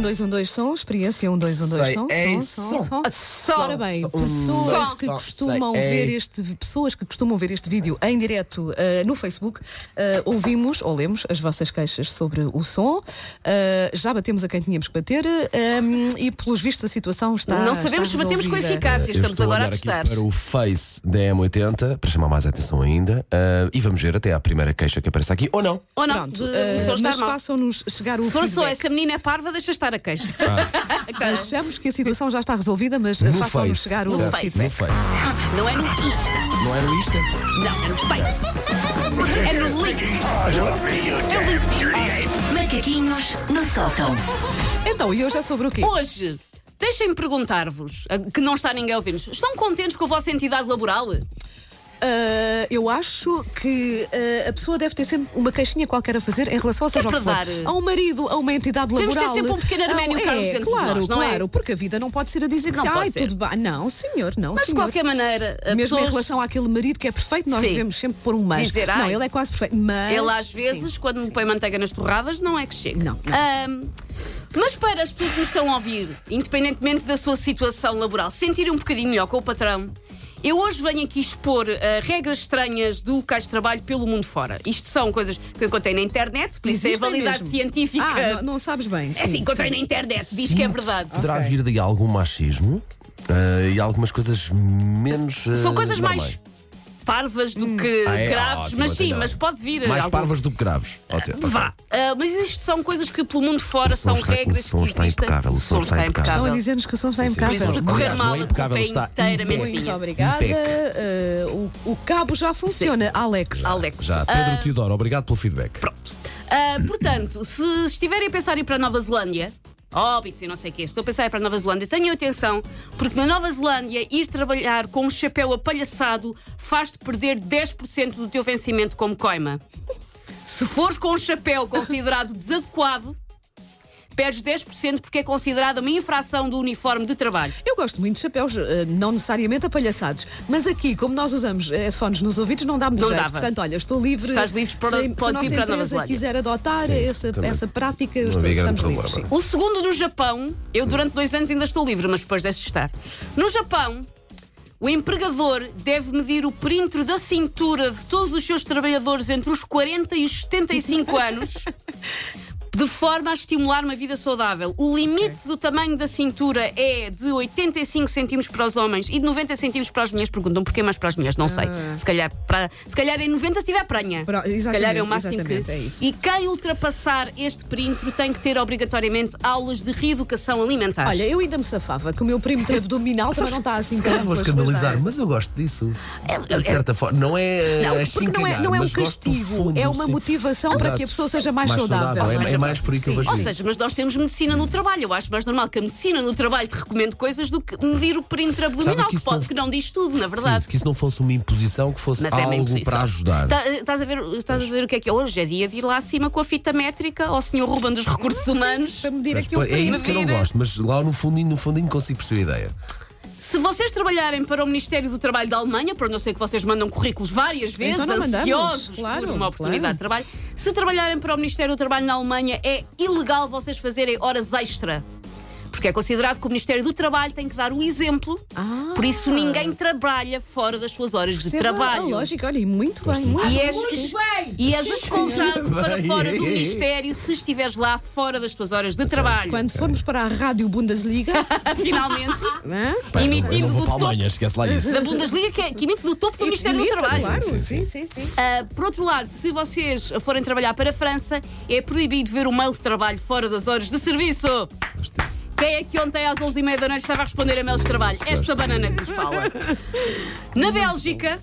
11212 som, experiência 1212 Sei, som, é som, som, som. som. Som. Ora bem, Som. pessoas Som. que Som. costumam Sei, ver é. este pessoas que costumam ver este vídeo em direto eh, no Facebook, eh, ouvimos ou lemos as vossas queixas sobre o som. eh, já batemos a quem tínhamos que bater eh, e pelos vistos a situação está Não sabemos se está batemos com resolvida. eficácia, Eu estamos estou a agora a olhar aqui testar. para o Face da M80 para chamar mais atenção ainda. ah, e vamos ver até à primeira queixa que aparece aqui. Ou não? Ou não, Pronto, de- eh, de só estar mas mal. façam-nos chegar o Se for só feedback. essa menina é parva, deixa estar a queixa. Ah. Cara, Achamos que a situação já está resolvida, mas No façam-nos Face. chegar o certo? No Face. No Face. Não é no Insta, Não é no Insta? não, é no Face. É no link. Macaquinhos no sótão. Então, e hoje é sobre o quê? Hoje, deixem-me perguntar-vos, a- que não está ninguém a ouvir-nos, estão contentes com a vossa entidade laboral? Ah, eu acho que ah, a pessoa deve ter sempre uma caixinha qualquer a fazer em relação a seja o que for. para dar. A um marido, a uma entidade Temos de ter laboral. sempre um pequeno a Arménio é, Carlos dentro de claro, nós, não é? claro, porque a vida não pode ser a dizer que Não se, pode ai, ser. tudo bem. Não, senhor, não, Mas de senhor. qualquer maneira, a Mesmo em pessoas- relação àquele marido que é perfeito, nós Sim. devemos sempre pôr um mas. Dizer, não, ai. ele é quase perfeito. Mas. Ele às vezes, Sim. quando me põe manteiga nas torradas, não é que chega. Não, não. Ahm, mas para as pessoas que nos estão a ouvir, independentemente da sua situação laboral, se sentirem um bocadinho melhor com o patrão, eu hoje venho aqui expor ah, regras estranhas de locais de trabalho pelo mundo fora. Isto são coisas que eu encontrei na internet, por isso é Existem validade mesmo. científica. Ah, não, não sabes bem. é assim, encontrei na internet, diz que é verdade. Ah, Poderá vir daí algum machismo ah, e algumas coisas menos. São ah, coisas mais é. normais. parvas Hum. do que Ah, é? graves, Ótimo, mas até sim, não. mas pode vir. Mais algum- parvas do que graves. Ótimo, ok. Vá. Ah, mas isto são coisas que pelo mundo fora O som são está- o regras som que está existem. impecável, o som está impecável. Estão a dizer-nos que o som está Sim, sim. impecável. Se correr Aliás, não é mal, a impecável, culpa é está inteiramente impecável. Muito minha. obrigada. Impec. Ah, o, o cabo já funciona, Alex. Alex. ah. Já, Pedro Teodoro, obrigado pelo feedback. Pronto. Ah, portanto, se estiverem a pensar em ir para a Nova Zelândia, óbitos e não sei o quê, estou a pensar em ir para a Nova Zelândia, tenham atenção, porque na Nova Zelândia ir trabalhar com um chapéu apalhaçado faz-te perder 10% do teu vencimento como coima. Se fores com um chapéu considerado desadequado, perdes 10% porque é considerada uma infração do uniforme de trabalho. Eu gosto muito de chapéus, eh, não necessariamente apalhaçados, mas aqui, como nós usamos headphones nos ouvidos, não dá muito Não jeito. dava. Portanto, olha, estou livre. Estás livre para- se, se a podes nossa ir para a Nova empresa Zelândia. quiser adotar Sim, essa, também. essa prática, Não estou- havia grande estamos livres. problema. sim. O segundo no Japão, eu durante dois anos ainda estou livre, mas depois deixo estar. No Japão, o empregador deve medir o perímetro da cintura de todos os seus trabalhadores entre os 40 e os 75 anos. De forma a estimular uma vida saudável. O limite do tamanho da cintura é de 85 centímetros para os homens e de 90 centímetros para as mulheres. Perguntam porquê mais para as mulheres? Não sei. Ah. Se calhar, para, se calhar em 90 se tiver pranha. Pro- se calhar exatamente, é o máximo que. exatamente, é isso. E quem ultrapassar este perímetro tem que ter obrigatoriamente aulas de reeducação alimentar. Olha, é eu ainda me safava que o meu perímetro abdominal também não está assim tão Ah, vou pois, pois escandalizar, não. mas eu gosto disso. De certa forma, não é. Não, porque é não é, chincalhar, não é um mas gosto do castigo, fundo, é uma sim. motivação para Exato. que a pessoa seja mais, saudável. É, é mais por aí que eu vejo Ou isso. seja, mas nós temos medicina no trabalho. Eu acho mais normal que a medicina no trabalho te recomende coisas do que medir o perímetro abdominal, que que, isso pode não- que não diz tudo, na Sim, verdade. se que isso não fosse uma imposição, que fosse Mas é uma algo imposição. para ajudar. Tá- Estás a, ver, estás a ver o que é que é hoje? É dia de ir lá acima com a fita métrica ao senhor Ruban dos Recursos Humanos. Para medir Mas, aquilo pô, é que isso que eu não medir. gosto, mas lá no fundinho, no fundinho consigo perceber a ideia. Se vocês trabalharem para o Ministério do Trabalho da Alemanha, para onde eu sei que vocês mandam currículos várias vezes, Então não mandamos, ansiosos claro, por uma oportunidade claro. de trabalho, se trabalharem para o Ministério do Trabalho na Alemanha, é ilegal vocês fazerem horas extra. Porque é considerado que o Ministério do Trabalho tem que dar o exemplo, Ah. por isso ninguém trabalha fora das suas horas de Perceba trabalho. A lógica, olha, e muito bem. Ah, Muito E bem. és, e és descontado para fora do Ministério se estiveres lá fora das tuas horas de trabalho. Quando formos para a Rádio Bundesliga, Finalmente, né? Pá, eu não, eu não vou emitido do para a topo Alemanha, esquece lá isso. da Bundesliga, que, é, que emite do topo do Ministério do Imita, Trabalho. Claro, Sim, sim, sim, sim, sim. Ah, por outro lado, se vocês forem trabalhar para a França, é proibido ver o mail de trabalho fora das horas de serviço. Gosto disso. Quem é que ontem às 11h30 da noite estava a responder a mails de trabalho? Esta banana que vos fala. Na Bélgica,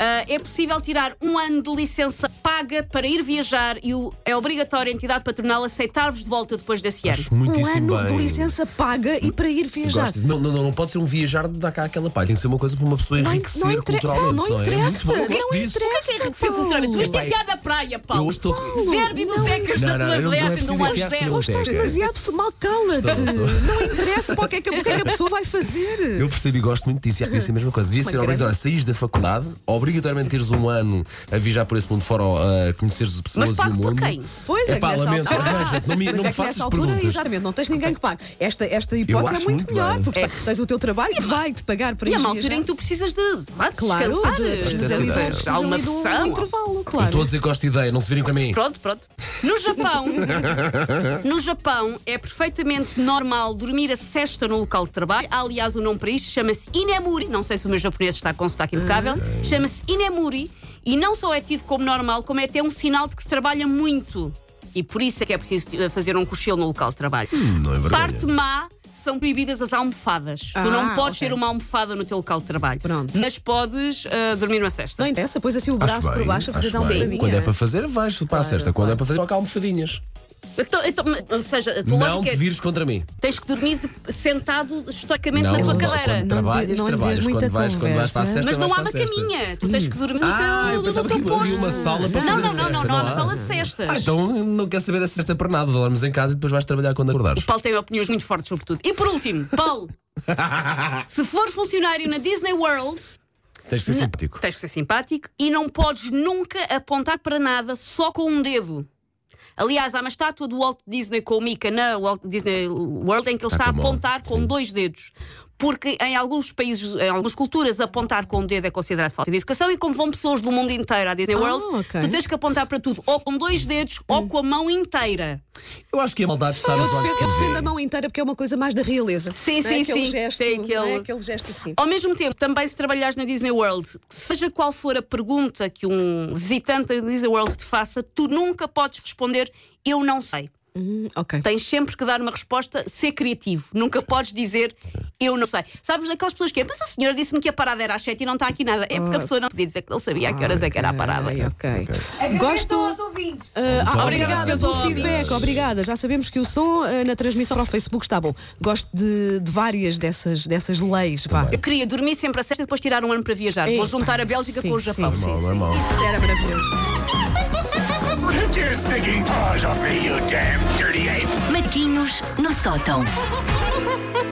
ah, é possível tirar um ano de licença paga para ir viajar e o- é obrigatório a entidade patronal aceitar-vos de volta depois desse ano. Acho Um muitíssimo ano de bem. licença paga e para ir viajar. Gosto disso. Não, não, não, não pode ser um viajar de dar cá aquela paz. Tem que ser uma coisa para uma pessoa Não, enriquecer não inter- não, culturalmente. não é? É muito bom, eu interessa, gosto não disso. interessa. O que é que é enriquecer culturalmente? Tu Paulo. estás na praia, Paulo. Eu estou- Zero bibliotecas Não, na não, tua eu não- não é viagem do preciso ano enfiar-te zero. numa Ou estás Teca. demasiado formal, cala-te. Estou, estou. Não interessa para o que, é que, o que é que a pessoa vai fazer. Eu percebi, gosto muito disso e acho que ia ser a mesma coisa. Devia Uma ser obrigatório sair da faculdade, obrigatoriamente teres um ano a viajar por esse mundo fora, ou a conheceres pessoas Mas e o pago por mundo. quem? Pois é, Epá, que nessa lamento, altura. arranja-te, não me- Mas não me é que faças nessa altura, perguntas. exatamente, não tens ninguém que pague. Esta, esta acho hipótese é muito, muito melhor, bem. porque É. tens o teu trabalho e vai te pagar para E há isso. uma altura em que tu precisas de ah, Claro, descansar, de- precisas Essa ali do- ideia. precisas de precisas alguma ali do- do pressão. intervalo, Eu claro. estou a dizer que gosto de ideia, não se virem com a mim. Pronto, pronto. No Japão, no Japão é perfeitamente normal dormir a cesta no local de trabalho. Aliás, o nome para isto chama-se inemuri. Não sei se o meu japonês está com sotaque impecável. Chama-se inemuri e não só é tido como normal, como é até um sinal de que se trabalha muito. E por isso é que é preciso eh, fazer um cochilo no local de trabalho. Não é vergonha. Parte má são proibidas as almofadas. tu Ah, não podes ok. ter uma almofada no teu local de trabalho. Pronto. Mas podes eh, dormir uma cesta. Não interessa, pois assim o Acho braço bem, por baixo a fazer um acho dar uma bem. paradinha. Quando é para fazer, vais para a cesta. Quando é para fazer, toca almofadinhas. Então- então, ou seja, a Não tua lógica te é- vires contra mim. Tens que dormir de- sentado estoicamente Não, na tua não, cadeira. quando Não te- trabalhas, não lhe dês trabalhas. Quando muita vais, quando vais para a conversa. cesta, Mas não vais há para uma a cesta. caminha. Tu tens que dormir no teu, Ah, eu no pensava teu que posto. havia uma sala para fazer não, não, a não, não, cesta, não, há não há? uma sala de cestas. Ah, então não quero saber da cesta para nada. Dormes em casa e depois vais trabalhar quando acordares. O Paulo tem opiniões muito fortes sobre tudo. E por último, Paulo, se fores funcionário na Disney World, Tens de ser simpático. tens que ser simpático e não podes nunca apontar para nada só com um dedo. Aliás, há uma estátua do Walt Disney com o Mika na Walt Disney World em que ele Está está a com a mão, apontar com sim. dois dedos. Porque em alguns países, em algumas culturas, apontar com o dedo é considerado falta de educação e como vão pessoas do mundo inteiro à Disney Ah, World, ok. tu tens que apontar para tudo, ou com dois dedos ou Hum. com a mão inteira. Eu acho que a maldade está nos Eu olhos de defendo, eu quem defendo vê. a mão inteira porque é uma coisa mais da realeza. Sim, Não é sim, aquele sim. Gesto, Tem aquele- Oh, não é aquele gesto assim. Ao mesmo tempo, também se trabalhares na Disney World, seja qual for a pergunta que um visitante da Disney World te faça, tu nunca podes responder eu não sei. Hum, ok. Tens sempre que dar uma resposta, ser criativo. Nunca podes dizer eu não sei. Sabes aquelas pessoas que é, mas a senhora disse-me que a parada era às 7 e não está aqui nada. É Ah. porque a pessoa não podia dizer que não sabia a que horas é que era a parada. Ok, ok. Gosto. ouvintes. Ah, ah, obrigado, obrigada pelo Pedro. feedback, obrigada. Já sabemos que o som ah, na transmissão para o Facebook está bom. Gosto de, de várias dessas, dessas leis, vá. Eu queria dormir sempre a sexta e depois tirar um ano para viajar. Vou Epá, juntar a Bélgica sim, com o Japão. sim, Normal, normal. Isso era maravilhoso. Take your stinking paws off me, you damn dirty ape! Macaquinhos no sótão.